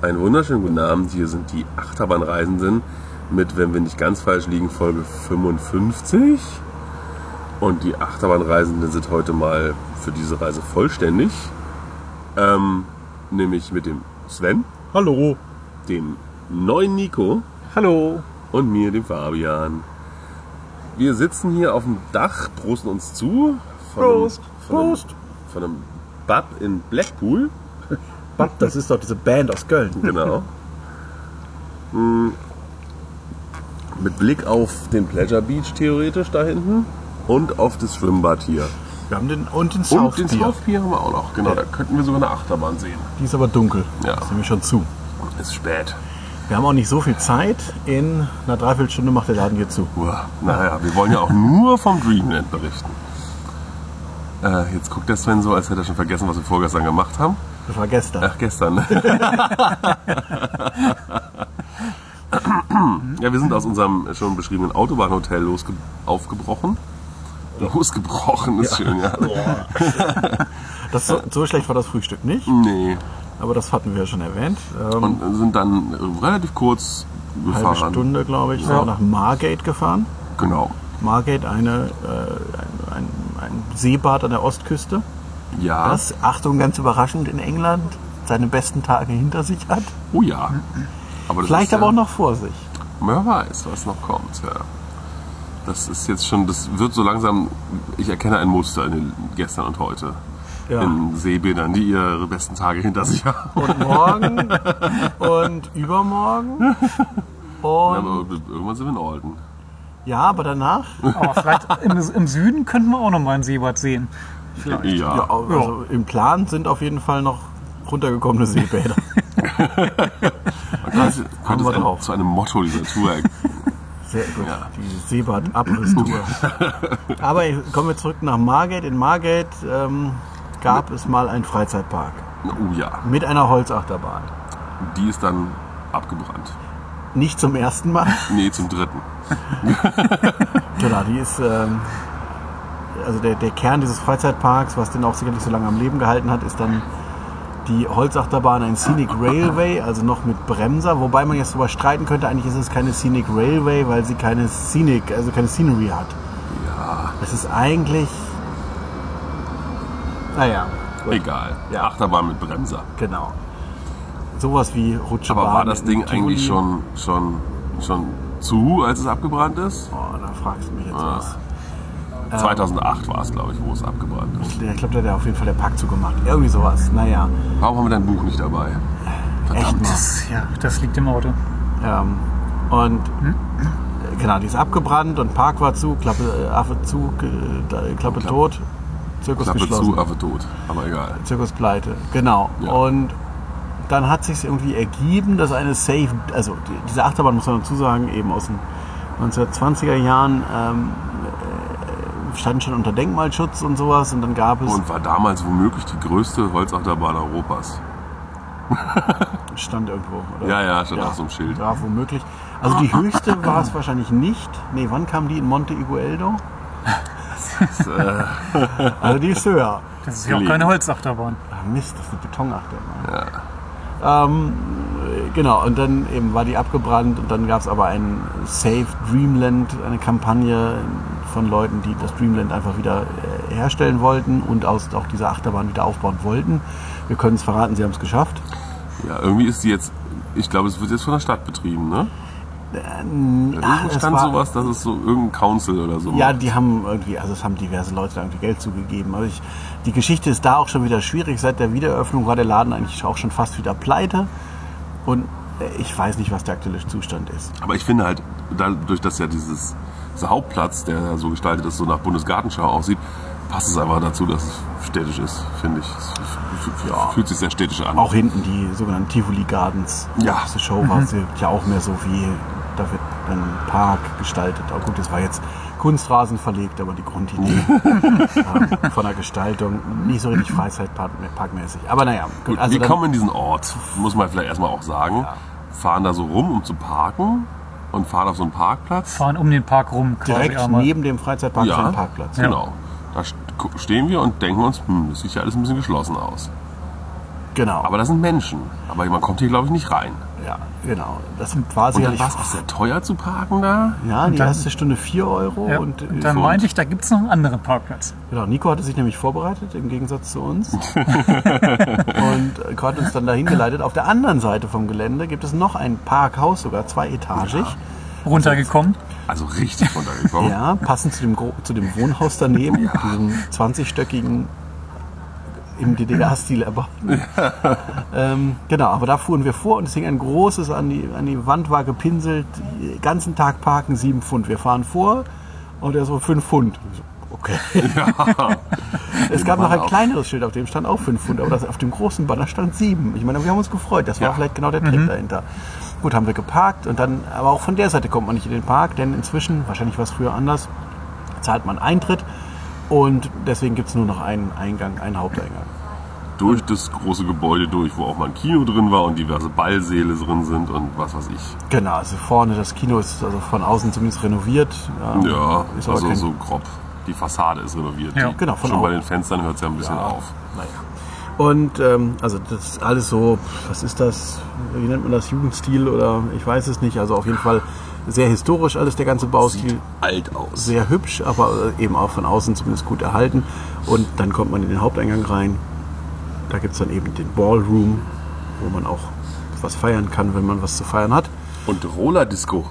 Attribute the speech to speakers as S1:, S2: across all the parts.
S1: Einen wunderschönen guten Abend. Hier sind die Achterbahnreisenden mit, wenn wir nicht ganz falsch liegen, Folge 55. Und die Achterbahnreisenden sind heute mal für diese Reise vollständig. Ähm, nämlich mit dem Sven,
S2: Hallo.
S1: dem neuen Nico
S2: Hallo.
S1: und mir, dem Fabian. Wir sitzen hier auf dem Dach, prosten uns zu. Von
S2: Prost.
S1: Von einem,
S2: Prost.
S1: Von einem Pub in Blackpool.
S2: Bad, das ist doch diese Band aus Köln.
S1: Genau. Mm. Mit Blick auf den Pleasure Beach theoretisch da hinten und auf das Schwimmbad hier.
S2: Wir haben den und den
S1: und
S2: South
S1: den
S2: Pier.
S1: South Pier haben wir auch noch. Genau, da könnten wir sogar eine Achterbahn sehen.
S2: Die ist aber dunkel.
S1: Ja.
S2: Ist nämlich schon zu.
S1: Ist spät.
S2: Wir haben auch nicht so viel Zeit. In einer Dreiviertelstunde macht der Laden hier zu.
S1: Uah, naja, wir wollen ja auch nur vom Dreamland berichten. Äh, jetzt guckt der Sven so, als hätte er schon vergessen, was wir vorgestern gemacht haben.
S2: Das war gestern.
S1: Ach, gestern. ne? ja, wir sind aus unserem schon beschriebenen Autobahnhotel losge aufgebrochen. Losgebrochen ist schön, ja.
S2: Das so, so schlecht war das Frühstück nicht,
S1: Nee.
S2: aber das hatten wir ja schon erwähnt. Ähm,
S1: Und sind dann relativ kurz
S2: eine halbe
S1: gefahren.
S2: Stunde, glaube ich, sind
S1: Ja.
S2: wir nach Margate gefahren.
S1: Genau.
S2: Margate, eine, äh, ein, ein, ein Seebad an der Ostküste,
S1: Ja.
S2: das, Achtung, ganz überraschend in England seine besten Tage hinter sich hat.
S1: Oh ja. Aber das
S2: Vielleicht
S1: ist,
S2: aber
S1: ja-
S2: auch noch vor sich.
S1: Wer weiß, was noch kommt. Ja. Das ist jetzt schon, das wird so langsam, ich erkenne ein Muster in den gestern und heute.
S2: Ja.
S1: In Seebädern, die ihre besten Tage hinter sich haben.
S2: und morgen und übermorgen. Und
S1: Aber irgendwann sind wir in Olden.
S2: ja, aber danach,
S3: Aber Oh, vielleicht im, im Süden könnten wir auch noch mal ein Seebad sehen. Vielleicht.
S1: Ja.
S2: ja, also im Plan sind auf jeden Fall noch runtergekommene Seebäder.
S1: Man könnte, könnte
S2: wir
S1: es ein,
S2: drauf.
S1: zu einem Motto dieser Tour.
S2: Sehr gut.
S1: Ja.
S2: Die Seebad-Abriss-Tour. aber kommen wir zurück nach Margate. In Margate ähm, gab es mal einen Freizeitpark
S1: oh ja,
S2: mit einer Holzachterbahn.
S1: die ist dann abgebrannt.
S2: Nicht zum ersten Mal.
S1: Nee, zum dritten.
S2: Genau, die ist ähm, also der, der Kern dieses Freizeitparks, was den auch sicherlich so lange am Leben gehalten hat, ist dann die Holzachterbahn, ein Scenic Railway, also noch mit Bremser, wobei man jetzt darüber streiten könnte, eigentlich ist es keine Scenic Railway, weil sie keine Scenic, also keine Scenery hat.
S1: Ja,
S2: Es ist eigentlich. Naja,
S1: egal.
S2: Ja.
S1: Achterbahn mit Bremser.
S2: genau. Sowas wie Rutschebahn.
S1: Aber war das
S2: in
S1: Ding
S2: Tivoli.
S1: eigentlich schon, schon, schon zu, als es abgebrannt ist?
S2: Oh, da fragst du mich jetzt
S1: Ah.
S2: was.
S1: 2008 war es, glaube ich, wo es abgebrannt ist.
S2: Ich glaube, da hat er auf jeden Fall der Park zugemacht. Irgendwie sowas. Naja.
S1: Warum haben wir dein Buch nicht dabei?
S2: Echt mal.
S3: Das, ja, das liegt im Auto.
S2: Ähm, und
S1: Hm?
S2: äh, genau, die ist abgebrannt und Park war zu, Klappe, äh, Affe zu, äh, da- Klappe tot, Zirkus
S1: Klappe
S2: geschlossen,
S1: zu, aber tot. Aber egal.
S2: Zirkus pleite, genau.
S1: Ja.
S2: Und dann hat sich irgendwie ergeben, dass eine Safe, also die- diese Achterbahn muss man dazu sagen, eben aus den 1920er Jahren ähm, äh, stand schon unter Denkmalschutz und sowas und dann gab es,
S1: Und war damals womöglich die größte Holzachterbahn Europas.
S2: stand irgendwo, oder?
S1: Ja, ja, stand auf so einem Schild.
S2: Ja, womöglich. Also die höchste war es wahrscheinlich nicht. Nee, wann kam die in Monte Igueldo?
S1: Das, äh,
S2: Also die ist höher.
S3: Das ist ja auch
S1: Billig.
S3: keine Holzachterbahn.
S2: Ach Mist, das ist eine Betonachterbahn. Ja. Ähm, äh, genau, und dann eben war die abgebrannt und dann gab es aber ein Save Dreamland, eine Kampagne von Leuten, die das Dreamland einfach wieder äh, herstellen wollten und aus, auch diese Achterbahn wieder aufbauen wollten. Wir können es verraten, sie haben es geschafft.
S1: ja, irgendwie ist die jetzt, ich glaube, es wird jetzt von der Stadt betrieben, ne?
S2: Ach,
S1: Irgendwo
S2: es
S1: stand
S2: Ähm, ah, war-
S1: sowas, dass es so irgendein Council oder so
S2: Ja,
S1: macht.
S2: die haben irgendwie, also es haben diverse Leute da irgendwie Geld zugegeben. Also ich, die Geschichte ist da auch schon wieder schwierig. Seit der Wiedereröffnung war der Laden eigentlich auch schon fast wieder pleite. Und äh, ich weiß nicht, was der aktuelle Zustand ist.
S1: Aber ich finde halt, dadurch, dass ja dieses dieser Hauptplatz, der ja so gestaltet ist, so nach Bundesgartenschau aussieht, passt es einfach dazu, dass es städtisch ist, finde ich. Es f- f- fühlt sich sehr städtisch an.
S2: Auch hinten die sogenannten Tivoli Gardens.
S1: Ja. Mhm.
S2: Diese Show war es ja auch mehr so wie, da wird ein Park gestaltet. Aber gut, das war jetzt Kunstrasen verlegt, aber die Grundidee ähm, von der Gestaltung nicht so richtig Freizeitparkmäßig. Aber naja,
S1: Gut,
S2: also
S1: wir
S2: dann-
S1: kommen in diesen Ort, muss man vielleicht erstmal auch sagen. Fahren da so rum, um zu parken und fahren auf so einen Parkplatz.
S3: Fahren um den Park rum. quasi
S2: direkt
S3: einmal.
S2: neben dem Freizeitpark ist ein Parkplatz.
S1: Genau. Da st- gu- stehen wir und denken uns, hm, das sieht ja alles ein bisschen geschlossen aus.
S2: Genau.
S1: Aber das sind Menschen. Aber man kommt hier, glaube ich, nicht rein.
S2: ja, genau. Das sind- war
S1: Und dann
S2: sicherlich.
S1: war es auch sehr teuer zu parken da.
S2: Ja, die
S3: dann-
S2: erste Stunde 4 Euro.
S3: Ja.
S2: Und, äh,
S3: Und, dann
S1: und- äh,
S3: meinte ich, da gibt es noch einen anderen Parkplatz.
S2: Genau, Nico hatte sich nämlich vorbereitet, im Gegensatz zu uns. und äh, hat uns dann dahin geleitet. Auf der anderen Seite vom Gelände gibt es noch ein Parkhaus, sogar zweietagig.
S3: Runtergekommen.
S1: Also richtig runtergekommen.
S2: Ja, passend zu dem, Gro- zu dem Wohnhaus daneben, diesem 20-stöckigen im DDR-Stil erbauten. ähm, genau, aber da fuhren wir vor und es hing ein großes an die, an die Wand war gepinselt, den ganzen Tag parken, sieben Pfund. Wir fahren vor und er so fünf Pfund. Ich so, Okay. es gab noch ein
S1: auch.
S2: kleineres Schild, auf dem stand auch fünf Pfund, aber das, auf dem großen Banner stand sieben. Ich meine, wir haben uns gefreut, das war
S1: Ja. Mhm.
S2: vielleicht genau der Trick dahinter. Gut, haben wir geparkt und dann, aber auch von der Seite kommt man nicht in den Park, denn inzwischen, wahrscheinlich war es früher anders, zahlt man Eintritt und deswegen gibt es nur noch einen Eingang, einen Haupteingang.
S1: Durch das große Gebäude durch, wo auch mal ein Kino drin war und diverse Ballsäle drin sind und was weiß ich.
S2: Genau, also vorne das Kino ist also von außen zumindest renoviert. ähm,
S1: Ja,
S2: ist aber
S1: also
S2: kein,
S1: so grob. Die Fassade ist renoviert.
S3: Ja,
S1: Die-
S2: genau, von
S1: Schon bei
S2: außen.
S1: den Fenstern hört es ja ein bisschen auf.
S2: Naja. Und ähm, also das ist alles so, was ist das? Wie nennt man das? Jugendstil oder ich weiß es nicht. Also auf jeden Fall sehr historisch alles, der ganze Baustil.
S1: alt aus.
S2: Sehr hübsch, aber eben auch von außen zumindest gut erhalten. Und dann kommt man in den Haupteingang rein. Da gibt es dann eben den Ballroom, wo man auch was feiern kann, wenn man was zu feiern hat.
S1: Und Rollerdisco.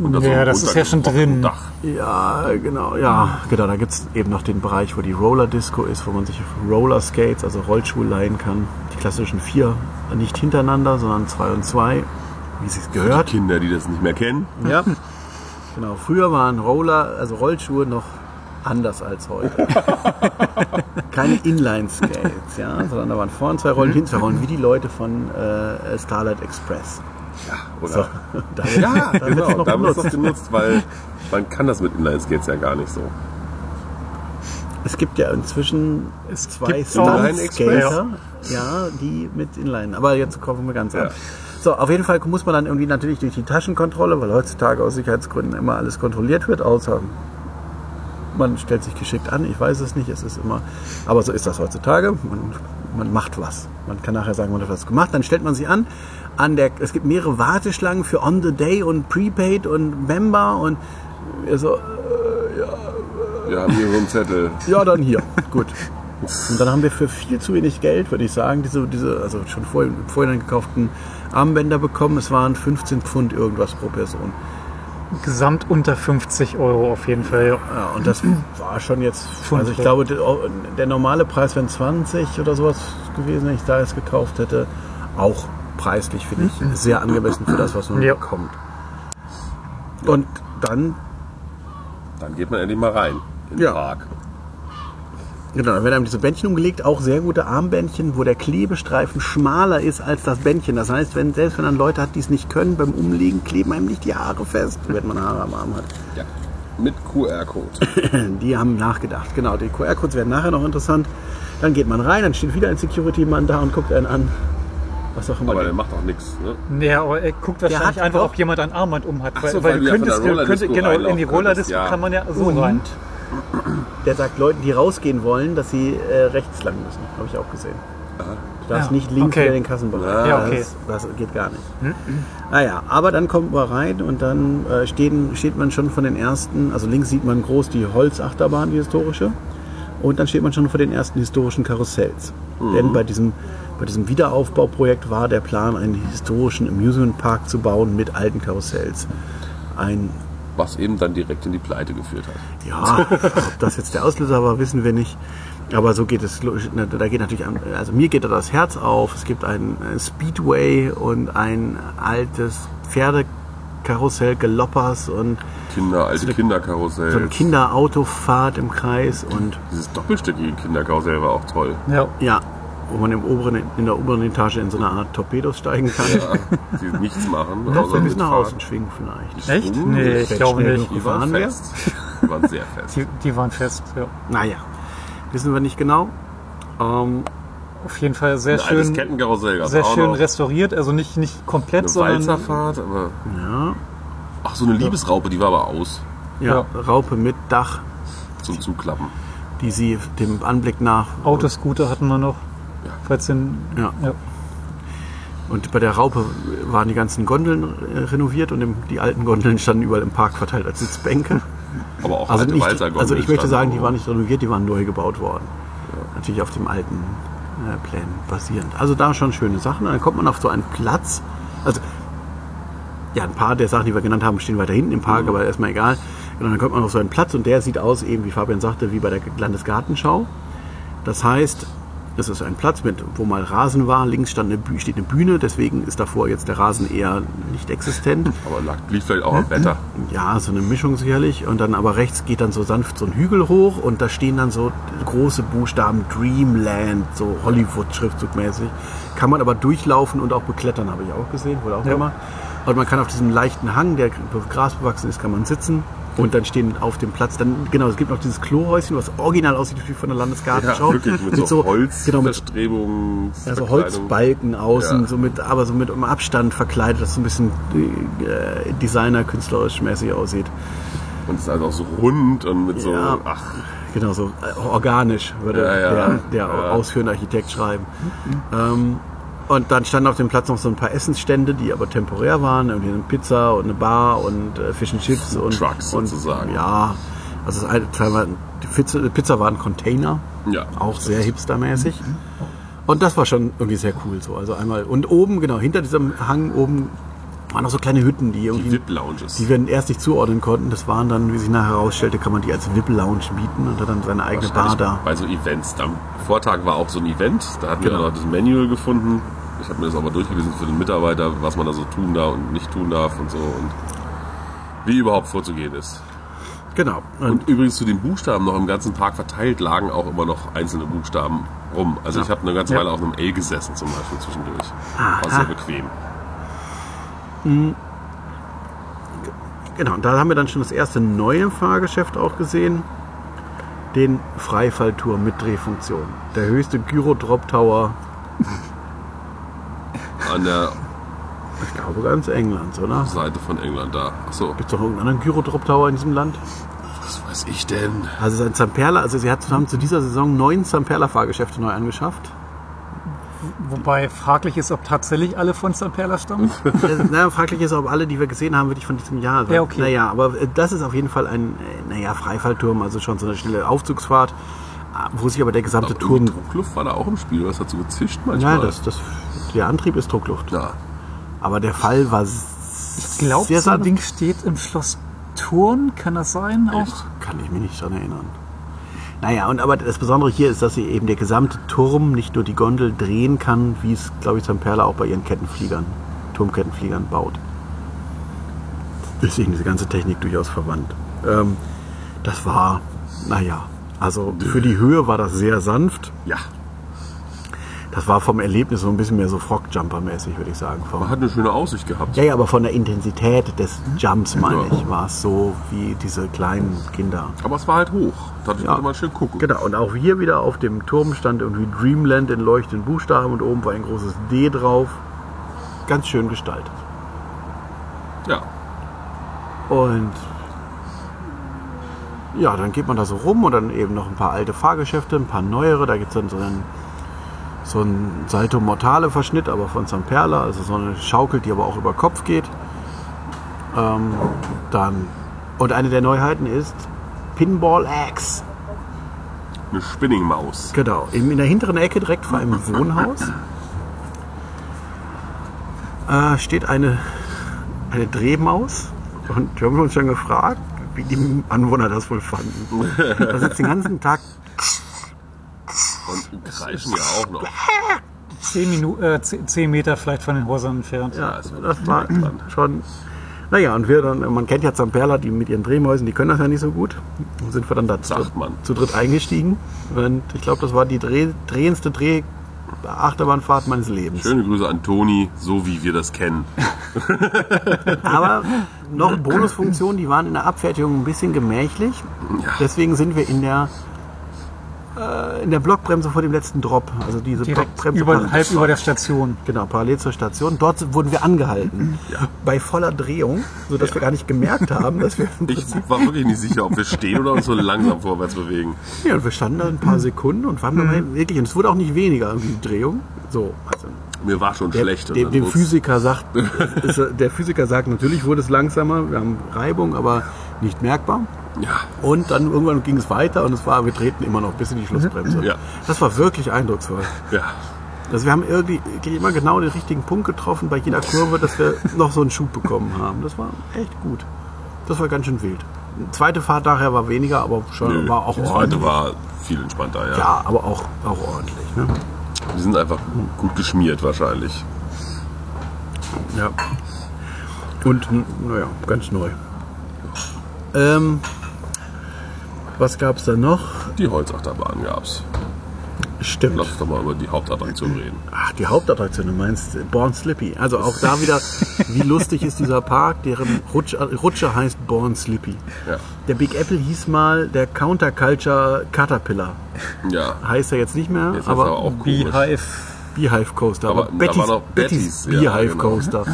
S1: Und
S3: Ja, das ist ja schon drin.
S1: Dach.
S2: Ja, genau, ja, genau. Da gibt's eben noch den Bereich, wo die Roller Disco ist, wo man sich Roller Skates, also Rollschuhe leihen kann. Die klassischen vier, nicht hintereinander, sondern zwei und zwei, wie sie es
S1: Für die
S2: gehört.
S1: Kinder, die das nicht mehr kennen.
S2: Ja. Genau, früher waren Roller, also Rollschuhe noch anders als heute. Keine Inline Skates, ja, sondern da waren vorne zwei Rollen, hinten zwei Rollen, wie die Leute von äh, Starlight Express.
S1: Oder?
S2: da
S1: Ja,
S2: da wird's
S1: genau.
S2: noch
S1: Da wird es
S2: benutzt.
S1: genutzt, weil man kann das mit Inline-Skates ja gar nicht so.
S2: Es gibt ja inzwischen
S3: Es
S2: zwei
S3: gibt auch-
S2: Inline-Skater, ja, die mit Inline. Aber jetzt kommen wir ganz
S1: Ja.
S2: ab. So, auf jeden Fall muss man dann irgendwie natürlich durch die Taschenkontrolle, weil heutzutage aus Sicherheitsgründen immer alles kontrolliert wird, außer man stellt sich geschickt an. Ich weiß es nicht, es ist immer. Aber so ist das heutzutage. Man, man macht was. Man kann nachher sagen, man hat was gemacht. Dann stellt man sie an. an der, es gibt mehrere Warteschlangen für On the Day und Prepaid und Member und also, so.
S1: Wir haben hier so einen Zettel.
S2: Ja, dann hier. Gut. Und dann haben wir für viel zu wenig Geld, würde ich sagen, diese, diese also schon vorher, vorhin gekauften Armbänder bekommen. Es waren 15 Pfund irgendwas pro Person.
S3: Gesamt unter 50 Euro auf jeden Fall. Ja.
S2: Ja, und das war schon jetzt,
S3: Pfund,
S2: also ich
S3: ja.
S2: glaube, der, der normale Preis wären 20 oder sowas gewesen, wenn ich da jetzt gekauft hätte. Auch preislich, finde ich, sehr angemessen für das, was man
S3: Mhm. Ja.
S2: bekommt. Und dann
S1: Dann geht man endlich mal rein in den
S2: Ja.
S1: Park.
S2: Genau, dann werden einem diese Bändchen umgelegt, auch sehr gute Armbändchen, wo der Klebestreifen schmaler ist als das Bändchen. Das heißt, wenn, selbst wenn dann Leute hat, die es nicht können, beim Umlegen kleben einem nicht die Haare fest, wenn man Haare am Arm hat.
S1: Ja. Mit QR-Code.
S2: Die haben nachgedacht. Genau, die QR-Codes werden nachher noch interessant. Dann geht man rein, dann steht wieder ein Security-Mann da und guckt einen an. Was auch immer.
S1: Aber
S2: der-
S1: der macht auch nichts. Ne?
S3: aber er guckt
S2: hat
S3: wahrscheinlich einfach,
S2: doch-
S3: ob jemand ein Armband um hat.
S1: Ach so, weil
S3: du
S1: wir ja von der
S3: könntest, du
S1: Rollerdisco
S3: könntest genau in die
S1: reinlaufen könntest,
S3: Rollerdisco
S1: ja.
S3: kann man ja so
S2: Und?
S3: rein.
S2: der sagt Leuten, die rausgehen wollen, dass sie äh, rechts lang müssen. Habe ich auch gesehen. Du darfst
S3: Ja,
S2: nicht links
S3: okay.
S2: über den Kassenbereich.
S1: Ja,
S3: okay. Hm,
S2: das, das geht gar nicht. Naja, aber dann kommt man rein und dann äh, stehen, steht man schon von den ersten, also links sieht man groß die Holzachterbahn, die historische. Und dann steht man schon vor den ersten historischen Karussells. Denn bei diesem, bei diesem Wiederaufbauprojekt war der Plan, einen historischen Amusement Park zu bauen mit alten Karussells. Ein
S1: Was eben dann direkt in die Pleite geführt hat.
S2: ja, ob das jetzt der Auslöser war, wissen wir nicht. Aber so geht es, lo- da geht natürlich, an- also mir geht da das Herz auf. Es gibt ein äh, Speedway und ein altes Pferdekarussell, Galoppers und
S1: Kinder, alte
S2: so eine
S1: Kinderkarussell.
S2: Kinderautofahrt im Kreis und
S1: Dieses doppelstöckige Kinderkarussell war auch toll.
S3: Ja.
S2: ja, wo man im oberen, in der oberen Etage in so eine Art Torpedos steigen kann.
S1: Die nichts machen.
S2: Doch, wir müssen nach
S1: mitfahren.
S2: außen schwingen vielleicht.
S3: Echt?
S1: Schwung,
S3: Nee, ich
S2: fällt
S3: glaube
S2: schnell
S3: nicht.
S2: hoch.
S1: Uh, Die waren
S2: Gefahren wär?
S1: fest. Die waren sehr fest.
S3: Die, die waren fest, ja.
S2: Naja, wissen wir nicht genau. Ähm,
S3: Auf jeden Fall sehr
S1: Ein altes
S3: schön,
S1: Kettenkarussell gab's
S3: sehr
S1: auch
S3: schön
S1: noch.
S3: restauriert. Also nicht, nicht komplett,
S1: Eine
S3: sondern
S1: Walzerfahrt, aber...
S2: ja,
S1: Ach, so eine Liebesraupe, die war aber aus.
S2: ja,
S3: Ja.
S2: Raupe mit Dach,
S1: Zum Zuklappen.
S2: die sie dem Anblick nach
S3: Oh. Autoscooter hatten wir noch.
S1: Ja,
S3: Falls denn,
S2: Ja. Und bei der Raupe waren die ganzen Gondeln äh, renoviert und im, die alten Gondeln standen überall im Park verteilt als Sitzbänke.
S1: Aber auch
S2: Also,
S1: alte
S2: nicht,
S1: Walzer-Gondeln
S2: also ich möchte
S1: standen
S2: sagen, die
S1: oben.
S2: waren nicht renoviert, die waren neu gebaut worden. Natürlich auf dem alten äh, Plänen basierend. Also da schon schöne Sachen. Dann kommt man auf so einen Platz. Also ja, ein paar der Sachen, die wir genannt haben, stehen weiter hinten im
S1: Mhm.
S2: Park, aber erstmal egal. Und dann kommt man auf so einen Platz und der sieht aus, eben wie Fabian sagte, wie bei der Landesgartenschau. Das heißt, es ist ein Platz, mit, wo mal Rasen war. Links stand eine, Büh- steht eine Bühne, deswegen ist davor jetzt der Rasen eher nicht existent.
S1: Aber lag, liegt vielleicht auch am Wetter.
S2: Hm? Ja, so eine Mischung sicherlich. Und dann aber rechts geht dann so sanft so ein Hügel hoch und da stehen dann so große Buchstaben Dreamland, so Hollywood-Schriftzugmäßig. Kann man aber durchlaufen und auch beklettern, habe ich auch gesehen, wurde auch
S3: Ja.
S2: immer. Und man kann auf diesem leichten Hang, der grasbewachsen ist, kann man sitzen. Und dann stehen auf dem Platz, dann, genau, es gibt noch dieses Klohäuschen, was original aussieht wie von der Landesgartenschau.
S1: wirklich, mit, so, Holz,
S2: genau, mit
S1: Verstrebungen,
S2: ja, so
S1: Verkleidung.
S2: Holzbalken außen,
S1: Ja.
S2: so mit, aber so mit um Abstand verkleidet, dass so ein bisschen äh, Designer künstlerisch mäßig aussieht.
S1: Und es ist also auch so rund und mit so,
S2: Ja.
S1: ach,
S2: Genau, so äh, organisch würde
S1: Ja, ja,
S2: der, der
S1: ja.
S2: ausführende Architekt schreiben. Ähm, und dann standen auf dem Platz noch so ein paar Essensstände, die aber temporär waren. Irgendwie eine Pizza und eine Bar und äh, Fish and Chips und
S1: Trucks
S2: und,
S1: sozusagen.
S2: Ja, also das eine, teilweise, die Pizza, die Pizza war ein Container,
S1: ja.
S2: auch sehr hipstermäßig. Und das war schon irgendwie sehr cool so. Also einmal und oben genau hinter diesem Hang oben waren noch so kleine Hütten, die irgendwie
S1: Die VIP-Lounges.
S2: die wir erst nicht zuordnen konnten. Das waren dann, wie sich nachher herausstellte, kann man die als VIP-Lounge mieten und hat dann seine eigene Bar da.
S1: Bei so Events. Am Vortag war auch so ein Event, da hatten wir
S2: Genau.
S1: dann auch das Manual gefunden. Ich habe mir das aber durchgelesen für den Mitarbeiter, was man da so tun darf und nicht tun darf und so und wie überhaupt vorzugehen ist.
S2: Genau. Und
S1: Und übrigens zu den Buchstaben noch im ganzen Park verteilt lagen auch immer noch einzelne Buchstaben rum. Also ich habe eine ganze
S3: Ja.
S1: Weile auf einem L gesessen zum Beispiel zwischendurch. War
S2: Aha.
S1: sehr bequem.
S2: genau, und da haben wir dann schon das erste neue Fahrgeschäft auch gesehen. Den Freifalltour mit Drehfunktion. Der höchste Gyro-Drop Tower,
S1: An der
S2: ich glaube ganz Englands, oder?
S1: Seite von England da. Achso,
S2: Gibt es noch irgendeinen anderen Gyro-Drop Tower in diesem Land?
S1: was weiß ich denn?
S2: Also ein Zamperla, also sie hat, haben zu dieser Saison neun Zamperla-Fahrgeschäfte neu angeschafft.
S3: Wobei fraglich ist, ob tatsächlich alle von San Perla stammen.
S2: Äh, naja, fraglich ist, ob alle, die wir gesehen haben, wirklich von diesem Jahr sind.
S3: Ja, okay.
S2: Naja, aber äh, das ist auf jeden Fall ein, äh, naja, Freifallturm, also schon so eine schnelle Aufzugsfahrt, ah, wo sich aber der gesamte
S1: Aber
S2: Turm...
S1: irgendwie Druckluft war da auch im Spiel, was hat so gezischt manchmal?
S2: Ja, das, das, der Antrieb ist Druckluft.
S1: ja.
S2: Aber der Fall war ich
S3: Ich glaube, so ein Ding steht im Schloss Thurn, kann das sein? Auch?
S2: Kann ich mich nicht dran erinnern. Naja, und aber das Besondere hier ist, dass sie eben der gesamte Turm, nicht nur die Gondel, drehen kann, wie es, glaube ich, St. Perla auch bei ihren Kettenfliegern, Turmkettenfliegern baut. Deswegen diese ganze Technik durchaus verwandt. Ähm, das war, naja, also für die Höhe war das sehr sanft.
S1: Ja,
S2: Das war vom Erlebnis so ein bisschen mehr so Frogjumper-mäßig, würde ich sagen. Vom,
S1: man hat eine schöne Aussicht gehabt.
S2: ja, ja, aber von der Intensität des Jumps, meine
S1: Ja.
S2: ich, war es so wie diese kleinen Kinder.
S1: Aber es war halt hoch. Dadurch
S2: Ja.
S1: konnte man schön gucken.
S2: Genau, und auch hier wieder auf dem Turm stand irgendwie Dreamland in leuchtenden Buchstaben und oben war ein großes D drauf. Ganz schön gestaltet.
S1: Ja.
S2: Und ja, dann geht man da so rum und dann eben noch ein paar alte Fahrgeschäfte, ein paar neuere. Da gibt es dann so einen, so einen Salto Mortale Verschnitt, aber von St. Perla, also so eine Schaukel, die aber auch über Kopf geht. Ähm, dann und eine der Neuheiten ist Pinball Axe.
S1: Eine Spinningmaus.
S2: Genau, in, in der hinteren Ecke direkt vor einem Wohnhaus äh, steht eine, eine Drehmaus. Und wir haben uns schon gefragt, wie die Anwohner das wohl fanden. Da sitzt den ganzen Tag
S1: Und kreischen ja auch noch.
S3: Zehn, Minu äh, ze- zehn Meter vielleicht von den Häusern entfernt.
S2: Ja,
S1: ist wirklich
S2: das war
S1: direkt dran.
S2: schon. Naja, und wir dann, man kennt ja Zamperla, die mit ihren Drehmäusen, die können das ja nicht so gut. Und sind wir dann da zu,
S1: Sagt
S2: dritt-
S1: man.
S2: zu dritt eingestiegen. Und ich glaube, das war die dreh, drehendste Dreh Achterbahnfahrt meines Lebens.
S1: Schöne Grüße an Toni, so wie wir das kennen.
S2: Aber noch Bonusfunktionen, die waren in der Abfertigung ein bisschen gemächlich.
S1: Ja.
S2: Deswegen sind wir in der äh, in der Blockbremse vor dem letzten Drop. Also diese
S3: Direkt
S2: Blockbremse.
S3: über,
S2: parallel-
S3: halb über der Station.
S2: Genau, parallel zur Station. Dort wurden wir angehalten. Bei voller Drehung, sodass wir gar nicht gemerkt haben, dass wir im
S1: Ich war wirklich nicht sicher, ob wir stehen oder uns so langsam vorwärts bewegen.
S2: Ja, und wir standen da ein paar Sekunden und waren dabei
S1: Mhm.
S2: wirklich, und es wurde auch nicht weniger, irgendwie die Drehung. So, also
S1: Mir war schon
S2: der,
S1: schlecht. und
S2: dem,
S1: dann
S2: dem
S1: wurd's-
S2: Physiker sagt, ist, er- der Physiker sagt, natürlich wurde es langsamer, wir haben Reibung, aber nicht merkbar.
S1: Ja,
S2: Und dann irgendwann ging es weiter und es war, wir treten immer noch bis in die Schlussbremse.
S1: Ja.
S2: Das war wirklich eindrucksvoll.
S1: ja.
S2: Also wir haben irgendwie wirklich immer genau den richtigen Punkt getroffen bei jeder Kurve, dass wir noch so einen Schub bekommen haben. Das war echt gut. Das war ganz schön wild. Zweite Fahrt nachher war weniger, aber schon
S1: Nö, also-
S2: war auch
S1: die
S2: ordentlich.
S1: zweite war viel entspannter, ja.
S2: Ja, aber auch, auch ordentlich. Ne?
S1: Die sind einfach gut geschmiert wahrscheinlich.
S2: Ja. Und, n- naja, ganz neu. Ähm, was gab's da noch?
S1: Die Holzachterbahn gab's.
S2: Stimmt.
S1: Lass uns doch mal über die Hauptattraktion reden.
S2: Ach, die Hauptattraktion, du meinst äh, Born Slippy. Also auch da wieder, wie lustig ist dieser Park, deren Rutsch, Rutsche heißt Born Slippy.
S1: Ja.
S2: Der Big Apple hieß mal der Counterculture Caterpillar.
S1: Ja.
S2: Heißt er jetzt nicht mehr,
S1: Jetzt
S2: aber,
S1: ist aber auch komisch.
S3: Beehive.
S2: Beehive Coaster. Aber,
S1: Aber da
S2: Bettys,
S1: war noch
S2: Bettys,
S1: Bettys, ja,
S2: Beehive
S1: genau.
S2: Coaster.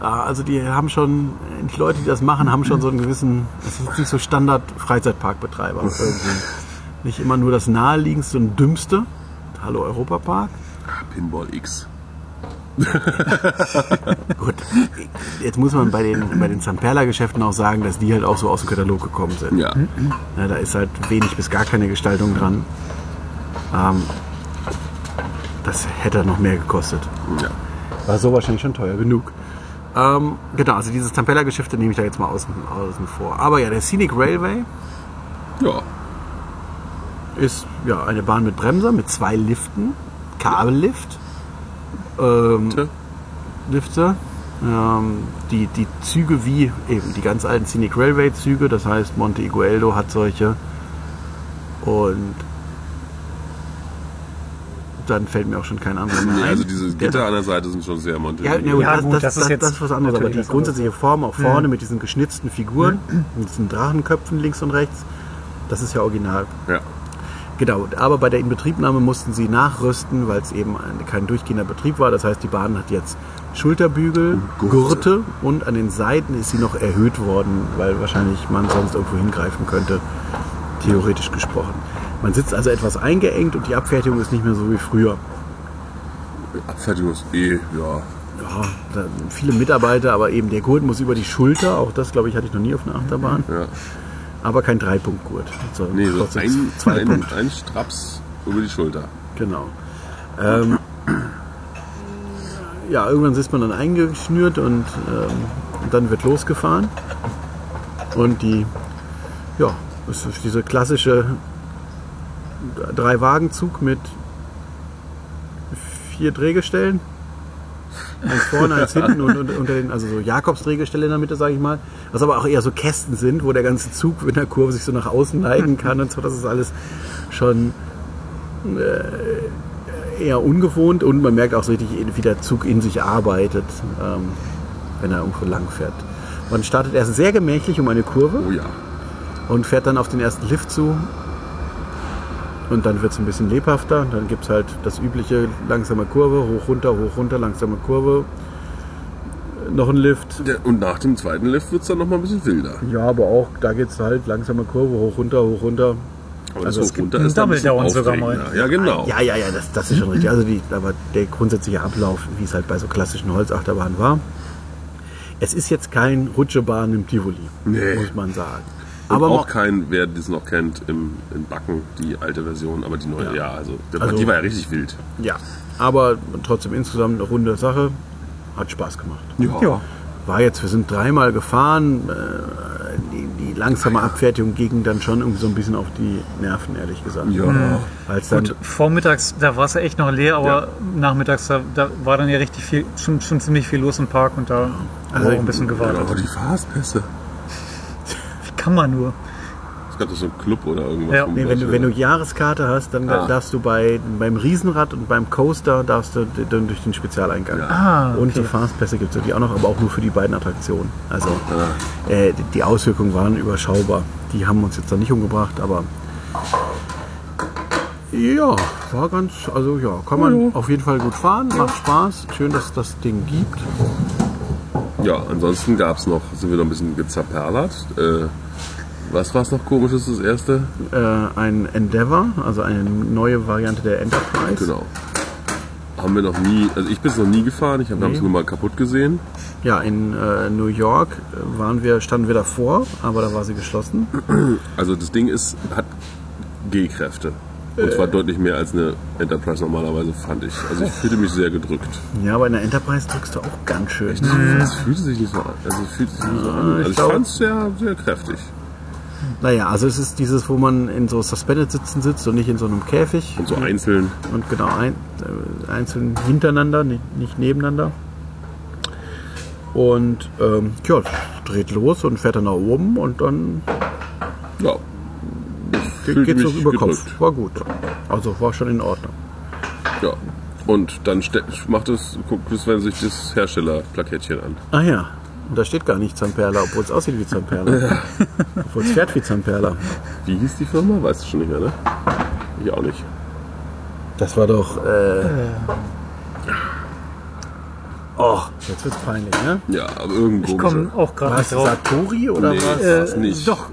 S2: Ah, Also die haben schon, die Leute, die das machen, haben schon so einen gewissen, das ist nicht so Standard Freizeitparkbetreiber. irgendwie. nicht immer nur das naheliegendste und dümmste. Hallo Europapark.
S1: Pinball X.
S2: Gut, jetzt muss man bei den, bei den Zamperla-Geschäften auch sagen, dass die halt auch so aus dem Katalog gekommen sind.
S1: Ja.
S2: Ja, da ist halt wenig bis gar keine Gestaltung dran. Ähm, das hätte noch mehr gekostet.
S1: ja.
S2: War so wahrscheinlich schon teuer genug. Ähm, genau, also dieses Tampella-Geschäfte nehme ich da jetzt mal außen, außen vor. Aber ja, der Scenic Railway
S1: Ja.
S2: ist ja eine Bahn mit Bremser, mit zwei Liften, Kabellift, ähm,
S1: Lifte.
S2: Lifte, ähm, die, die Züge wie eben die ganz alten Scenic Railway-Züge, das heißt Monte Igueldo hat solche und dann fällt mir auch schon kein anderer mehr
S1: Nee,
S2: ein.
S1: also diese
S2: Der-
S1: Gitter an der Seite sind schon sehr monte.
S2: Ja, na gut,
S3: Ja,
S2: das,
S3: gut,
S2: das,
S3: das ist
S2: das,
S3: jetzt
S2: das ist was anderes. Aber
S3: natürlich
S2: die
S3: was Hm.
S2: grundsätzliche Form auch vorne mit diesen geschnitzten Figuren, mit diesen Drachenköpfen links und rechts, das ist ja original.
S1: ja.
S2: Genau, aber bei der Inbetriebnahme mussten sie nachrüsten, weil es eben ein, kein durchgehender Betrieb war. Das heißt, die Bahn hat jetzt Schulterbügel, Gurte.
S1: Gurte.
S2: und an den Seiten ist sie noch erhöht worden, weil wahrscheinlich man sonst irgendwo hingreifen könnte, theoretisch gesprochen. Man sitzt also etwas eingeengt und die Abfertigung ist nicht mehr so wie früher.
S1: Abfertigung ist eh, ja.
S2: ja, da, viele Mitarbeiter, aber eben der Gurt muss über die Schulter. Auch das, glaube ich, hatte ich noch nie auf einer Achterbahn.
S1: ja.
S2: Aber kein Dreipunktgurt. Also
S1: Nee, so
S2: trotzdem
S1: ein,
S2: zwei
S1: ein,
S2: Punkt.
S1: ein Straps über die Schulter.
S2: Genau. Ähm, ja, irgendwann sitzt man dann eingeschnürt und ähm, dann wird losgefahren. Und die, ja, es ist diese klassische Drei-Wagen-Zug mit vier Drehgestellen. Eins vorne, eins hinten und, und unter den, also so Jakobs-Drehgestelle in der Mitte, sage ich mal. Was aber auch eher so Kästen sind, wo der ganze Zug in der Kurve sich so nach außen neigen kann und so. Das ist alles schon äh, eher ungewohnt und man merkt auch so richtig, wie der Zug in sich arbeitet, ähm, wenn er irgendwo lang fährt. Man startet erst sehr gemächlich um eine Kurve
S1: Oh ja.
S2: und fährt dann auf den ersten Lift zu. Und dann wird es ein bisschen lebhafter. Dann gibt es halt das übliche langsame Kurve, hoch, runter, hoch, runter, langsame Kurve. Noch ein Lift.
S1: Der- Und nach dem zweiten Lift wird es dann nochmal ein bisschen wilder.
S2: Ja, aber auch da geht es halt langsame Kurve, hoch, runter, hoch, runter.
S1: Aber
S2: Also
S1: das
S2: es
S1: hoch
S2: gibt
S1: runter
S3: einen
S1: ist dann ein
S3: Double
S1: bisschen
S3: Down sogar
S1: aufregender.
S3: mal.
S1: Ja, genau.
S2: Ja, ja, ja, das, das ist schon richtig. Also die, aber der grundsätzliche Ablauf, wie es halt bei so klassischen Holzachterbahnen war. Es ist jetzt kein Rutschebahn im Tivoli,
S1: Nee.
S2: muss man sagen.
S1: Und
S2: Aber
S1: auch
S2: auch
S1: kein, wer das noch kennt, im, in Backen, die alte Version, aber die neue, ja, also, der,
S2: Also-
S1: die war ja richtig wild.
S2: ja, aber trotzdem insgesamt eine runde Sache. Hat Spaß gemacht.
S3: Ja.
S2: War jetzt, wir sind dreimal gefahren. äh, Die, die langsame Abfertigung ging dann schon irgendwie so ein bisschen auf die Nerven, ehrlich gesagt.
S1: Ja. Mhm.
S2: Als dann
S3: Gut, vormittags, da war es ja echt noch leer, aber
S1: Ja.
S3: nachmittags, da, da war dann ja richtig viel, schon, schon ziemlich viel los im Park und da
S2: Also
S3: haben wir auch
S2: ich-
S3: ein bisschen gewartet.
S1: aber die Fastpässe.
S3: Wie kann man nur?
S1: Es gab doch so einen Club oder irgendwas.
S3: Ja.
S1: wo
S2: Nee,
S1: man
S2: wenn,
S1: das-
S2: du, wenn du Jahreskarte hast, dann
S1: Ah.
S2: darfst du bei, beim Riesenrad und beim Coaster darfst du d- dann durch den Spezialeingang.
S3: Ah,
S2: Und die
S3: okay.
S2: Fastpässe gibt es die auch noch, aber auch nur für die beiden Attraktionen. Also äh, die- die Auswirkungen waren überschaubar. Die haben uns jetzt dann nicht umgebracht, aber Ja, war ganz, also ja, kann man auf jeden Fall gut fahren, macht Spaß. Schön, dass es das Ding gibt.
S1: Ja, ansonsten gab es noch, sind wir noch ein bisschen gezerperlert. Äh, was war es noch komisches, das erste?
S2: Äh, ein Endeavour, also eine neue Variante der Enterprise.
S1: Genau. Haben wir noch nie, also ich bin es noch nie gefahren, ich habe es nur mal kaputt gesehen.
S2: Ja, in äh, New York äh, waren wir, standen wir davor, aber da war sie geschlossen.
S1: Also das Ding ist, hat G-Kräfte. Und
S2: Äh.
S1: zwar deutlich mehr als eine Enterprise normalerweise, fand ich. Also ich fühlte mich sehr gedrückt.
S2: Ja, aber in der Enterprise drückst du auch ganz schön.
S1: Es fühlte sich nicht so an. Also, es fühlte sich nicht so an.
S2: ich
S1: Also ich
S2: glaube-
S1: fand es sehr, sehr kräftig.
S2: Naja, also es ist dieses, wo man in so Suspended sitzen sitzt und nicht in so einem Käfig.
S1: Und so einzeln.
S2: und genau ein, äh, einzeln hintereinander, nicht, nicht nebeneinander. Und ähm, ja, dreht los und fährt dann nach oben und dann
S1: Ja. Ich
S2: ge-
S1: fühlte
S2: geht's
S1: mich
S2: noch über Kopf.
S1: gedrückt.
S2: War gut. Also war schon in Ordnung.
S1: Ja. Und dann ste- macht es, guckt Sven sich das Herstellerplakettchen an.
S2: Ah ja, und da steht gar nicht Zamperla, obwohl es aussieht wie Zamperla. obwohl es fährt wie Zamperla.
S1: Wie hieß die Firma? Weißt du schon nicht mehr, ne? Ich auch nicht.
S2: Das war doch. Äh, Och, jetzt wird's peinlich, ne?
S1: Ja, aber irgendwo.
S3: Ich komme auch gerade
S2: Was?
S3: nicht drauf. Äh,
S2: Satori oder
S1: Nee.
S2: was?
S1: Das nicht.
S3: Doch,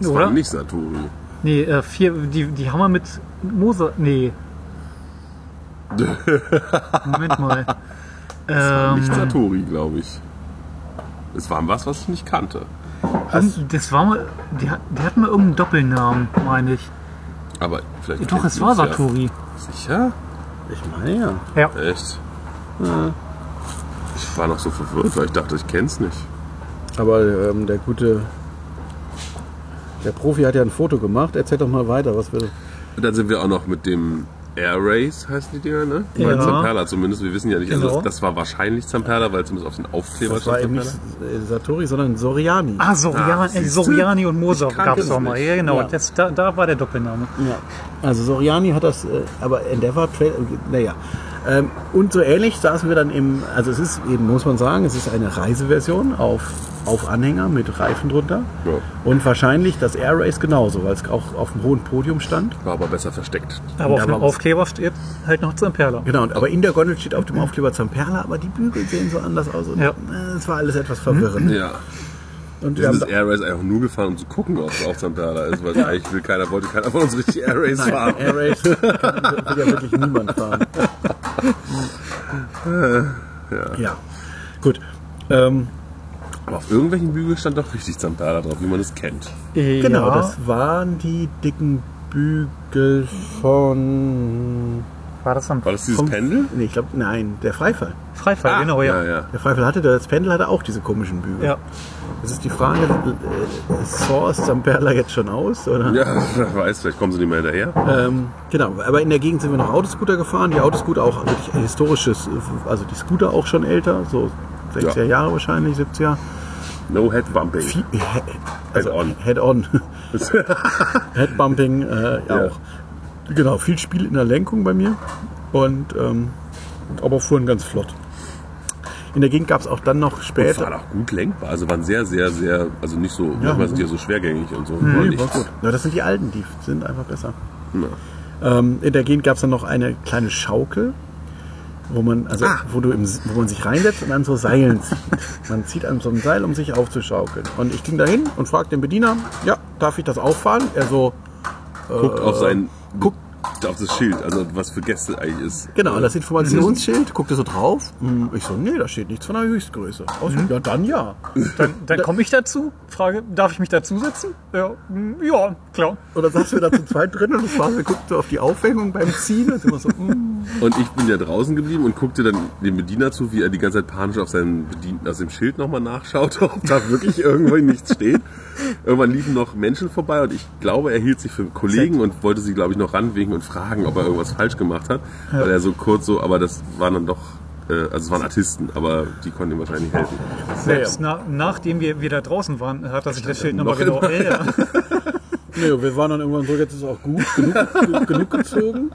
S1: das war
S3: oder?
S1: nicht Satori.
S3: Nee, äh, vier, die, die Hammer mit Moser. Nee. Moment mal. Ähm,
S1: Nicht Satori, glaube ich. Es war was, was ich nicht kannte.
S3: irgend- das war mal. Die, hat- die hatten mal irgendeinen Doppelnamen, meine ich.
S1: Aber vielleicht.
S3: Doch, es war Satori.
S1: Sicher?
S2: Ich meine ja.
S3: Ja.
S1: Echt? Ich war noch so verwirrt, weil ich dachte, ich kenn's nicht.
S2: Aber ähm, der gute. Der Profi hat ja ein Foto gemacht. Erzähl doch mal weiter, was wir.
S1: Und dann sind wir auch noch mit dem Air Race, heißen die Dinger, ne?
S3: Ja.
S1: Bei Zamperla zumindest, wir wissen ja nicht. Also
S3: Genau.
S1: das, das war wahrscheinlich Zamperla, weil zumindest auf den Aufkleber
S2: Das war eben nicht
S1: Zamperla.
S2: äh, Satori, sondern Soriani.
S3: Ah, Sorian, äh,
S1: siehste?
S3: Soriani und Moser
S1: Ich kannte
S3: gab es
S1: es
S3: doch mal.
S1: nicht.
S3: Ja, genau.
S2: Ja.
S3: Das, da, da war der Doppelname.
S2: Ja. Also Soriani hat das, äh, aber Endeavour Trail, äh, naja. Ähm, und so ähnlich saßen wir dann im, also es ist eben, muss man sagen, es ist eine Reiseversion auf, auf Anhänger mit Reifen drunter.
S1: Ja.
S2: Und wahrscheinlich das Air Race genauso, weil es auch auf dem hohen Podium stand.
S1: War aber besser versteckt.
S3: Aber auf
S2: Ja,
S3: dem
S2: aber-
S3: Aufkleber steht halt noch Zamperla.
S2: Genau, und, aber in der Gondel steht auf dem Aufkleber Zamperla, aber die Bügel sehen so anders aus. Und
S3: Ja.
S2: äh, es war alles etwas verwirrend.
S1: Hm? Ja.
S2: Und wir
S1: Wir sind das
S2: haben
S1: Air Race einfach nur gefahren, um zu gucken, ob es auch Zamperla ist, weil eigentlich will keiner, wollte keiner von uns richtig Air Race fahren.
S2: Air Race kann, will ja wirklich niemand fahren. ja. Gut. Ähm,
S1: Aber auf irgendwelchen Bügeln stand doch richtig Zamperla drauf, wie man es kennt.
S2: Genau,
S3: ja,
S2: das waren die dicken Bügel von.
S3: war das am
S1: War das dieses
S2: vom
S1: Pendel?
S2: Nee, ich glaube, nein, der Freifall.
S3: Freifall,
S1: Ah,
S3: genau, ja.
S1: ja, ja.
S2: Der Freifall hatte das Pendel, hatte auch diese komischen Bügel.
S3: Ja.
S2: Das ist die Frage, äh, source Zamperla jetzt schon aus? Oder?
S1: Ja, wer weiß, vielleicht kommen sie nicht mehr hinterher.
S2: Ähm, genau, aber in der Gegend sind wir noch Autoscooter gefahren. Die Autoscooter auch wirklich ein historisches, äh, also die Scooter auch schon älter, so 60er Jahre wahrscheinlich, 70er.
S1: No Headbumping.
S2: Viel- he- Also
S1: Head-on.
S2: Head-on. Headbumping äh,
S1: Ja.
S2: auch. Genau, viel Spiel in der Lenkung bei mir. Und ähm, aber fuhren ganz flott. In der Gegend gab es auch dann noch
S1: Und
S2: später.
S1: waren auch gut lenkbar. Also waren sehr, sehr, sehr, also nicht so, manchmal sind die ja so schwergängig und so. War
S2: Nee,
S1: nicht-
S2: war gut. Na, das sind die alten, die sind einfach besser. Ähm, in der Gegend gab es dann noch eine kleine Schaukel, wo man, also, wo, du im, S- wo man sich reinsetzt und an so Seilen zieht. Man zieht an so einem Seil, um sich aufzuschaukeln. Und ich ging dahin und fragte den Bediener, ja, darf ich das auffahren? Er so,
S1: Guckt auf sein,
S2: guck-
S1: Ähm, guckt auf das Schild, also was für Gäste eigentlich ist.
S2: Genau, das Informationsschild, guckte so drauf. Hm, Ich so, nee, da steht nichts von der Höchstgröße. Aus- Ja, dann ja.
S3: Dann, dann komme ich dazu. Frage, darf ich mich dazusetzen? Ja, hm, ja klar.
S2: Und dann saßen wir da zu zweit drin und das war, wir guckten so auf die Aufhängung beim Ziehen und immer so, hm.
S1: Und ich bin ja draußen geblieben und guckte dann dem Bediener zu, wie er die ganze Zeit panisch auf seinem Bedienten, aus dem Schild nochmal nachschaute, ob da wirklich irgendwo nichts steht. Irgendwann liefen noch Menschen vorbei und ich glaube, er hielt sich für Kollegen und wollte sie, glaube ich, noch ranwinken und fragen, ob er irgendwas falsch gemacht hat. Weil er so kurz so, aber das waren dann doch, äh, also es waren Artisten, aber die konnten ihm wahrscheinlich helfen.
S3: Selbst na, nachdem wir wieder draußen waren, hat er sich das Schild nochmal
S1: noch
S3: genau. Ja, ja.
S2: Nee, wir waren dann irgendwann so, jetzt ist auch gut, genug, genug gezogen.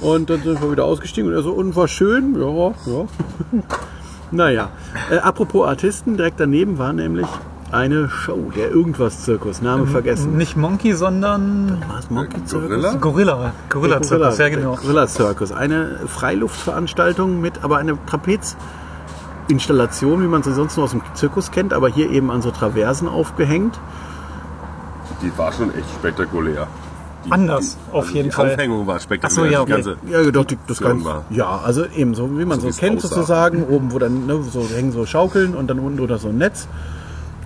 S2: Und dann sind wir wieder ausgestiegen und er so, und war schön, ja, ja. Naja, äh, apropos Artisten, direkt daneben war nämlich eine Show, der Irgendwas-Zirkus, Name vergessen.
S3: Nicht Monkey, sondern
S2: Was, Monkey Circus?
S1: Gorilla?
S3: Gorilla. Gorilla Circus, ja genau.
S2: Gorilla Circus. Eine Freiluftveranstaltung mit aber eine Trapezinstallation, wie man sie sonst nur aus dem Zirkus kennt, aber hier eben an so Traversen aufgehängt.
S1: Die war schon echt spektakulär. Die,
S3: Anders, auf jeden
S1: die
S3: Fall.
S1: Die Aufhängung war spektakulär.
S3: Ach so, ja,
S1: die ganze,
S2: Ja, doch, die, das
S1: Schön
S2: kann,
S1: war.
S2: Ja, also eben so, wie man
S1: So
S2: so,
S1: wie's
S2: kennt
S1: aussah.
S2: sozusagen, oben, wo dann ne, so hängen so Schaukeln und dann unten oder so ein Netz.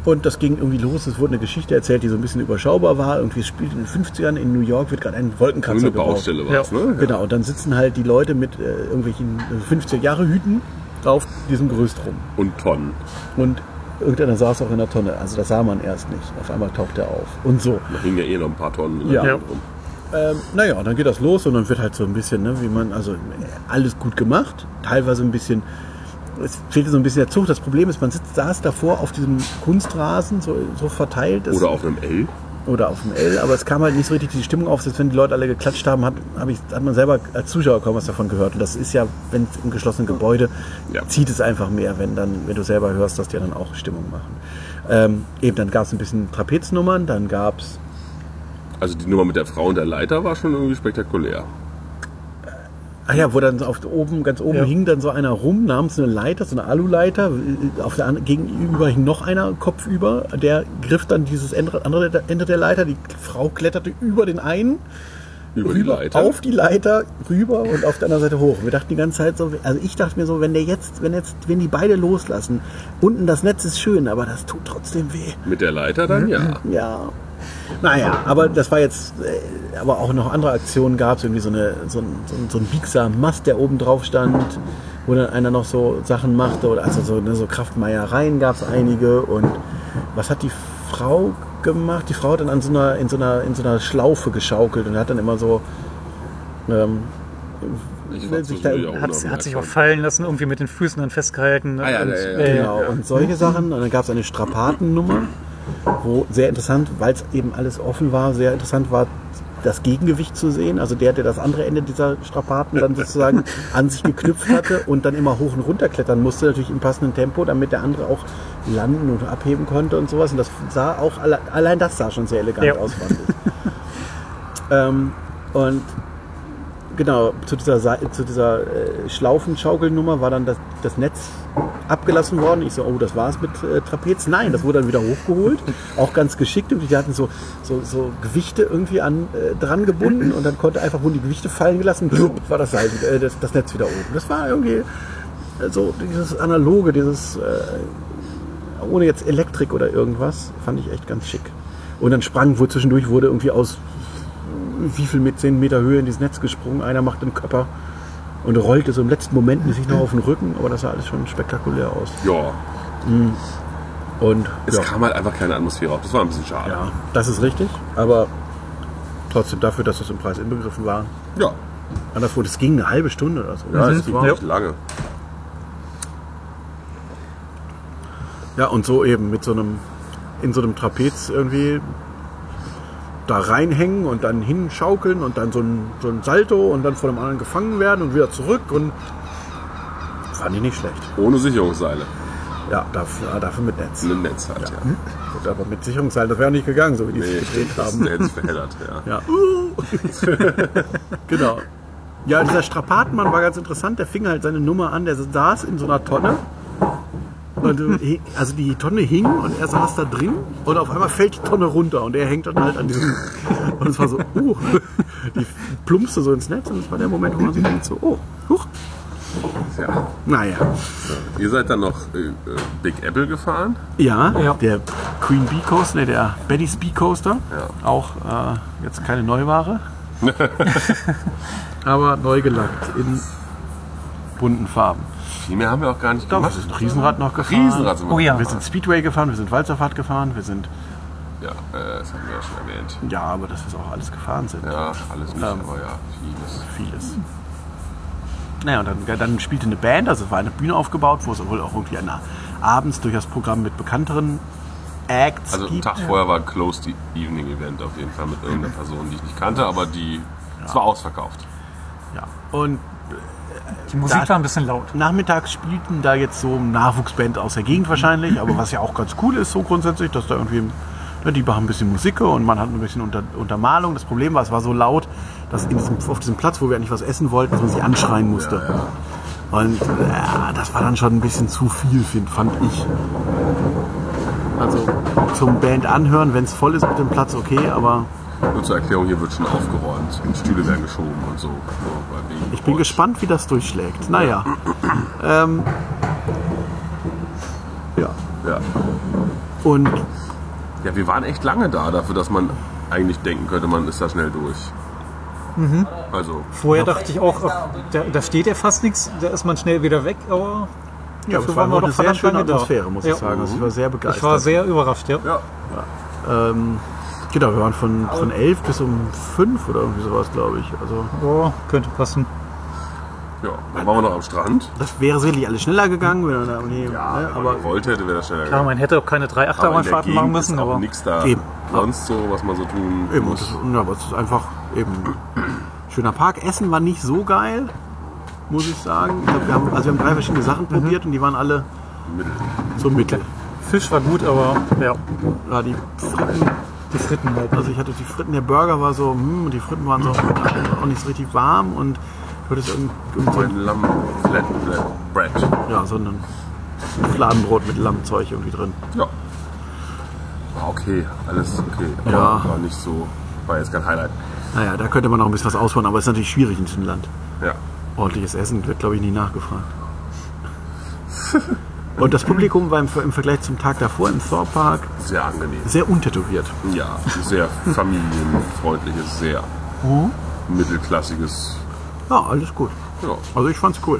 S2: Und das ging irgendwie los. Es wurde eine Geschichte erzählt, die so ein bisschen überschaubar war. Irgendwie es spielt in den 50ern in New York, wird gerade ein Wolkenkratzer
S1: grüne
S2: gebaut.
S1: Baustelle war es,
S3: Ja.
S1: ne?
S2: Genau, und dann sitzen halt die Leute mit äh, irgendwelchen 50er-Jahre-Hüten auf diesem Gerüst rum.
S1: Und Tonnen.
S2: Und irgendeiner saß auch in der Tonne. Also das sah man erst nicht. Auf einmal taucht er auf. Und so.
S1: Da hingen ja eh noch ein paar Tonnen in der
S2: Ja.
S1: Gegend rum.
S2: Ähm, naja, und dann geht das los und dann wird halt so ein bisschen, ne, wie man, also äh, alles gut gemacht, teilweise ein bisschen, es fehlte so ein bisschen der Zug. Das Problem ist, man sitzt, saß davor auf diesem Kunstrasen, so, so verteilt. dass-
S1: Oder auf einem L.
S2: oder auf dem L, aber es kam halt nicht so richtig die Stimmung auf, selbst wenn die Leute alle geklatscht haben, hat, hab ich, hat man selber als Zuschauer kaum was davon gehört. Und das ist ja, wenn es im geschlossenen Gebäude,
S1: Ja.
S2: zieht es einfach mehr, wenn, dann, wenn du selber hörst, dass die dann auch Stimmung machen. Ähm, eben, dann gab es ein bisschen Trapeznummern, dann gab es
S1: Also die Nummer mit der Frau und der Leiter war schon irgendwie spektakulär.
S2: Ah ja, wo dann so auf oben, ganz oben
S3: Ja.
S2: hing dann so einer rum, namens eine Leiter, so eine Aluleiter. Auf der an- gegenüber hing noch einer kopfüber. Der griff dann dieses Ende- andere Ende der Leiter. Die Frau kletterte über den einen,
S1: Über
S2: rüber,
S1: die Leiter.
S2: auf die Leiter, rüber und auf der anderen Seite hoch. Wir dachten die ganze Zeit so, also ich dachte mir so, wenn der jetzt, wenn jetzt, wenn die beide loslassen, unten das Netz ist schön, aber das tut trotzdem weh.
S1: Mit der Leiter dann,
S2: Hm.
S1: ja.
S2: Ja. Naja, aber das war jetzt, äh, aber auch noch andere Aktionen gab es, irgendwie so, eine, so, ein, so, ein, so ein biegsamer Mast, der oben drauf stand, wo dann einer noch so Sachen machte, oder also so, ne, so Kraftmeiereien gab es einige und was hat die Frau gemacht? Die Frau hat dann an so einer, in, so einer, in so einer Schlaufe geschaukelt und hat dann immer so, ähm,
S1: Ich war
S2: Hm. sich da-
S1: zwischendurch auch
S3: Hat, hat sich auch
S1: unaufmerksam.
S3: fallen lassen, irgendwie mit den Füßen dann festgehalten.
S1: Ah ja,
S3: und,
S1: ja, ja, ja.
S3: äh,
S2: Genau, und solche Sachen. Und dann gab es eine Strapatennummer, wo sehr interessant, weil es eben alles offen war, sehr interessant war, das Gegengewicht zu sehen. Also der, der das andere Ende dieser Strapaten dann sozusagen an sich geknüpft hatte und dann immer hoch und runter klettern musste, natürlich im passenden Tempo, damit der andere auch landen und abheben konnte und sowas. Und das sah auch, alle- allein das sah schon sehr elegant
S3: Ja.
S2: aus, fand ich. ähm, und genau, zu dieser, Sei- zu dieser äh, Schlaufen-Schaukelnummer war dann das, das Netz abgelassen worden. Ich so, oh, das war's mit äh, Trapez. Nein, das wurde dann wieder hochgeholt. Auch ganz geschickt. Und die hatten so, so, so Gewichte irgendwie an, äh, dran gebunden und dann konnte einfach, wurden die Gewichte fallen gelassen, blub, war das, Seil, äh, das, das Netz wieder oben. Das war irgendwie äh, so dieses analoge, dieses äh, ohne jetzt Elektrik oder irgendwas, fand ich echt ganz schick. Und dann sprang wohl zwischendurch, wurde irgendwie aus wie viel mit 10 Meter Höhe in dieses Netz gesprungen. Einer macht den Körper und rollte so im letzten Moment sich noch auf den Rücken, aber das sah alles schon spektakulär aus.
S1: Ja,
S2: Und
S1: es
S2: ja,
S1: kam halt einfach keine Atmosphäre auf. Das war ein bisschen schade.
S2: ja, das ist richtig, aber trotzdem dafür, dass das im Preis inbegriffen war.
S1: ja.
S2: Anderswo, das ging eine halbe Stunde oder so. Mhm.
S1: Ja,
S2: Das
S1: es ging
S2: war-
S1: nicht lange.
S2: ja, und so eben mit so einem, in so einem Trapez irgendwie da reinhängen und dann hinschaukeln und dann so ein, so ein Salto und dann von dem anderen gefangen werden und wieder zurück und fand ich nicht schlecht.
S1: Ohne Sicherungsseile.
S2: Ja, dafür, dafür mit Netz.
S1: Ein Netz halt, ja.
S2: Gut, aber mit Sicherungsseil, das wäre nicht gegangen, so wie die
S1: Nee,
S2: es gedreht
S1: das
S2: haben.
S1: Netz verheddert, ja.
S2: Ja. genau. Ja, dieser Strapatenmann war ganz interessant. Der fing halt seine Nummer an. Der saß in so einer Tonne. Und, äh, also die Tonne hing und er saß da drin. Und auf einmal fällt die Tonne runter. Und er hängt dann halt an diesem. Und es war so, oh. Die plumpste so ins Netz. Und es war der Moment, wo man so denkt, so, oh, huch.
S1: ja.
S2: Naja.
S1: Ihr seid dann noch äh, äh, Big Apple gefahren.
S2: Ja,
S3: Ja.
S2: der Queen Bee Coaster, nee, der Betty's Bee Coaster.
S1: Ja.
S2: Auch äh, jetzt keine Neuware. aber neu gelackt in bunten Farben.
S1: Viel mehr haben wir auch gar nicht
S2: Doch, wir
S1: gemacht.
S2: sind Riesenrad noch gefahren.
S1: Riesenrad sind wir
S3: Oh ja.
S2: Wir sind Speedway gefahren, wir sind Walzerfahrt gefahren, wir sind.
S1: Ja, äh, das haben wir ja schon erwähnt.
S2: Ja, aber dass wir auch alles gefahren sind.
S1: Ja, alles nicht,
S2: Ähm.
S1: aber ja, vieles.
S2: Vieles. Naja, und dann, dann spielte eine Band, also es war eine Bühne aufgebaut, wo es wohl auch irgendwie eine, abends durch das Programm mit bekannteren Acts
S1: Also einen
S2: gibt.
S1: Tag vorher war ein Closed Evening Event auf jeden Fall mit irgendeiner Person, die ich nicht kannte, aber die. Es war ausverkauft.
S2: Ja. Und
S3: Die Musik
S2: Da-
S3: war ein bisschen laut.
S2: Nachmittags spielten da jetzt so eine Nachwuchsband aus der Gegend wahrscheinlich, aber was ja auch ganz cool ist, so grundsätzlich, dass da irgendwie, ne, die machen ein bisschen Musik und man hat ein bisschen unter, Untermalung. Das Problem war, es war so laut, dass in diesem, auf diesem Platz, wo wir eigentlich was essen wollten, dass man sich anschreien musste. Und äh, das war dann schon ein bisschen zu viel, find, fand ich. Also zum Band anhören, wenn es voll ist mit dem Platz, okay, aber
S1: Nur zur Erklärung, hier wird schon aufgeräumt. Stühle werden geschoben und so. so weil wegen
S2: ich bin
S1: Geräusch.
S2: gespannt, wie das durchschlägt. Naja. Ähm, ja.
S1: Ja.
S2: Und
S1: ja, wir waren echt lange da, dafür, dass man eigentlich denken könnte, man ist da schnell durch.
S2: Mhm.
S1: Also,
S3: Vorher dachte ich auch, ach, da, da steht ja fast nichts, da ist man schnell wieder weg, aber
S2: Ja, es
S3: Dafür
S2: war
S3: waren wir
S2: aber eine
S3: doch
S2: sehr
S3: verdammt
S2: schöne
S3: lange da.
S2: Atmosphäre, muss ich
S3: Ja.
S2: sagen. Also ich war sehr begeistert.
S3: ich war sehr überrascht, ja.
S1: ja.
S2: ähm, genau, wir waren von, von 11 bis um 5 oder irgendwie sowas, glaube ich. Also
S3: Ja, Oh, könnte passen.
S1: Ja, dann waren wir noch am Strand.
S2: das wäre sicherlich alles schneller gegangen, wenn er da nee, ne,
S1: wenn man
S2: aber
S1: gewollt hätte, wäre das schneller
S3: Ja, man hätte auch keine drei
S1: Aber in der
S3: Achterbahnfahrten machen
S1: Gegend
S3: müssen,
S1: ist auch
S3: aber
S1: nichts da.
S2: Eben.
S1: Sonst so, was man so tun
S2: eben, und
S1: muss.
S2: das, ja, aber es ist einfach eben schöner Park. Essen war nicht so geil, muss ich sagen. Ich glaub, wir haben, also wir haben drei verschiedene Sachen probiert und die waren alle
S1: Mittel.
S2: so mittel.
S3: Fisch war gut, aber ja,
S2: Ja, die Fritten,
S3: die Fritten halt.
S2: also ich hatte die Fritten, der Burger war so, hm, und die Fritten waren so auch nicht so richtig warm und du hattest irgend, irgend so ein
S1: Mein Lamm Flatbread. Bread.
S2: Ja, so ein Fladenbrot mit Lammzeug irgendwie drin.
S1: Ja. War okay, alles okay. Aber
S2: Ja.
S1: War nicht so, war jetzt kein Highlight.
S2: Naja, da könnte man noch ein bisschen was ausbauen, aber ist natürlich schwierig in diesem Land.
S1: Ja.
S2: Ordentliches Essen wird, glaube ich, nie nachgefragt. Und das Publikum war im, im Vergleich zum Tag davor im Thor Park
S1: Sehr angenehm.
S2: sehr untätowiert.
S1: Ja, sehr familienfreundliches, sehr
S2: Hm?
S1: mittelklassiges.
S2: Ja, alles gut.
S1: Ja.
S2: Also ich fand's cool.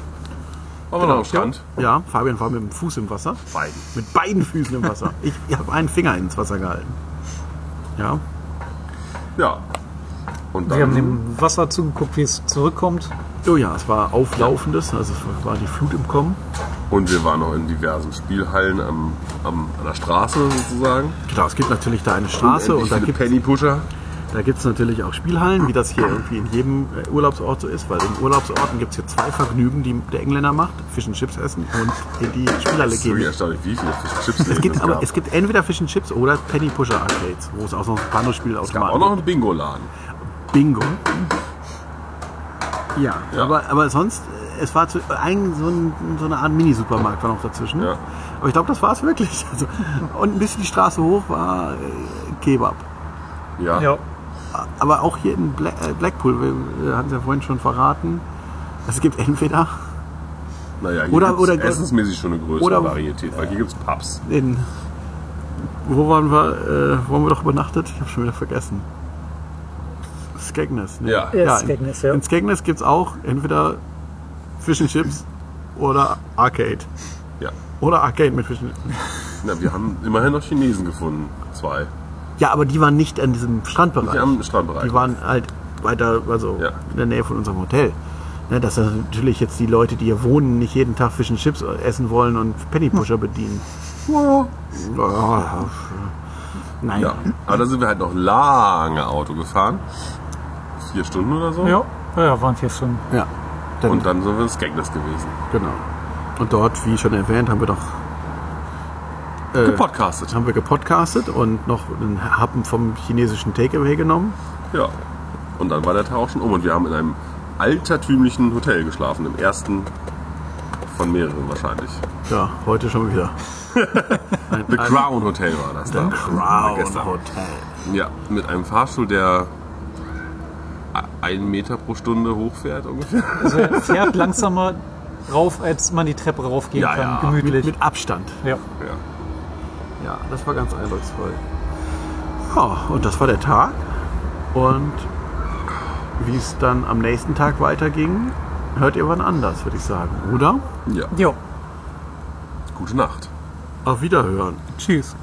S1: Waren wir noch am Strand?
S2: Ja, Fabian war mit dem Fuß im Wasser.
S1: Beiden.
S2: Mit beiden Füßen im Wasser. Ich, ich habe einen Finger ins Wasser gehalten. Ja,
S1: Ja. Und
S3: Wir haben
S1: dann
S3: dem Wasser zugeguckt, wie es zurückkommt.
S2: Oh ja, es war Auflaufendes, also es war die Flut im Kommen.
S1: und wir waren noch in diversen Spielhallen am, am, an der Straße sozusagen.
S2: Klar, es gibt natürlich da eine Straße und da
S1: Unendlich
S2: gibt
S1: viele Pennypusher.
S2: Da gibt es natürlich auch Spielhallen, wie das hier irgendwie in jedem äh, Urlaubsort so ist, weil in Urlaubsorten gibt es hier zwei Vergnügen, die der Engländer macht: Fish and Chips essen und in die Spielhalle
S1: Es ist wirklich
S2: gehen.
S1: erstaunlich, wie viele Chips
S2: Es gibt,
S1: es
S2: aber,
S1: gab.
S2: es gibt entweder Fish and Chips oder Penny Pusher Arcades, wo es auch noch ein
S1: gab auch
S2: Panospielautomaten
S1: noch
S2: gibt.
S1: einen Bingo-Laden.
S2: Bingo. Ja,
S1: Ja.
S2: Aber, aber sonst, äh, es war zu, ein, so, ein, so eine Art Mini-Supermarkt war noch dazwischen.
S1: Ja.
S2: Aber ich glaube, das war es wirklich. Also, und ein bisschen die Straße hoch war äh, Kebab.
S1: Ja.
S3: Ja,
S2: Aber auch hier in Bla äh, Blackpool, wir äh, hatten es ja vorhin schon verraten, es gibt entweder
S1: Naja, hier
S2: Oder-
S1: gibt's
S2: oder-
S1: essensmäßig schon eine größere
S2: oder-
S1: Varietät, weil hier gibt es Pubs.
S2: in. Wo waren wir, äh, wo haben wir doch übernachtet? Ich habe schon wieder vergessen. Skegness. Ne?
S1: Ja. Ja,
S2: in-
S3: Skegness, ja.
S2: In Skegness gibt es auch entweder Fish and Chips oder Arcade.
S1: Ja.
S2: Oder Arcade mit Fish and Chips.
S1: Na, wir haben immerhin noch Chinesen gefunden. Zwei.
S2: Ja, aber die waren nicht an diesem Strandbereich.
S1: Die am Strandbereich.
S2: Die waren halt weiter, also
S1: Ja.
S2: in der Nähe von unserem Hotel. Ne, dass das natürlich jetzt die Leute, die hier wohnen, nicht jeden Tag Fish and Chips essen wollen und Pennypusher
S1: Hm.
S2: bedienen. Ja. Nein.
S1: Ja, aber da sind wir halt noch lange Auto gefahren. Vier Stunden oder so.
S3: ja, ja waren vier Stunden.
S2: Ja, Dann,
S1: Und dann sind wir in Skegness gewesen.
S2: genau. Und dort, wie schon erwähnt, haben wir doch äh,
S1: Gepodcastet.
S2: haben wir gepodcastet und noch einen Happen vom chinesischen Takeaway genommen.
S1: Ja. Und dann war der Tag auch schon um und wir haben in einem altertümlichen Hotel geschlafen. Im ersten von mehreren wahrscheinlich.
S2: Ja, heute schon wieder. Ein,
S1: The Crown Hotel war das da.
S2: Crown
S1: Gestern.
S2: Hotel.
S1: Ja, mit einem Fahrstuhl, der einen Meter pro Stunde hochfährt ungefähr.
S3: Also er fährt langsamer rauf, als man die Treppe raufgehen
S1: Ja,
S3: kann,
S1: ja,
S3: gemütlich.
S2: Mit, mit Abstand.
S3: ja.
S1: Ja.
S2: Ja, das war ganz eindrucksvoll. Ja, und das war der Tag. Und wie es dann am nächsten Tag weiterging, hört ihr wann anders, würde ich sagen. Oder?
S1: ja.
S3: ja,
S1: Gute Nacht.
S2: Auf Wiederhören.
S3: tschüss.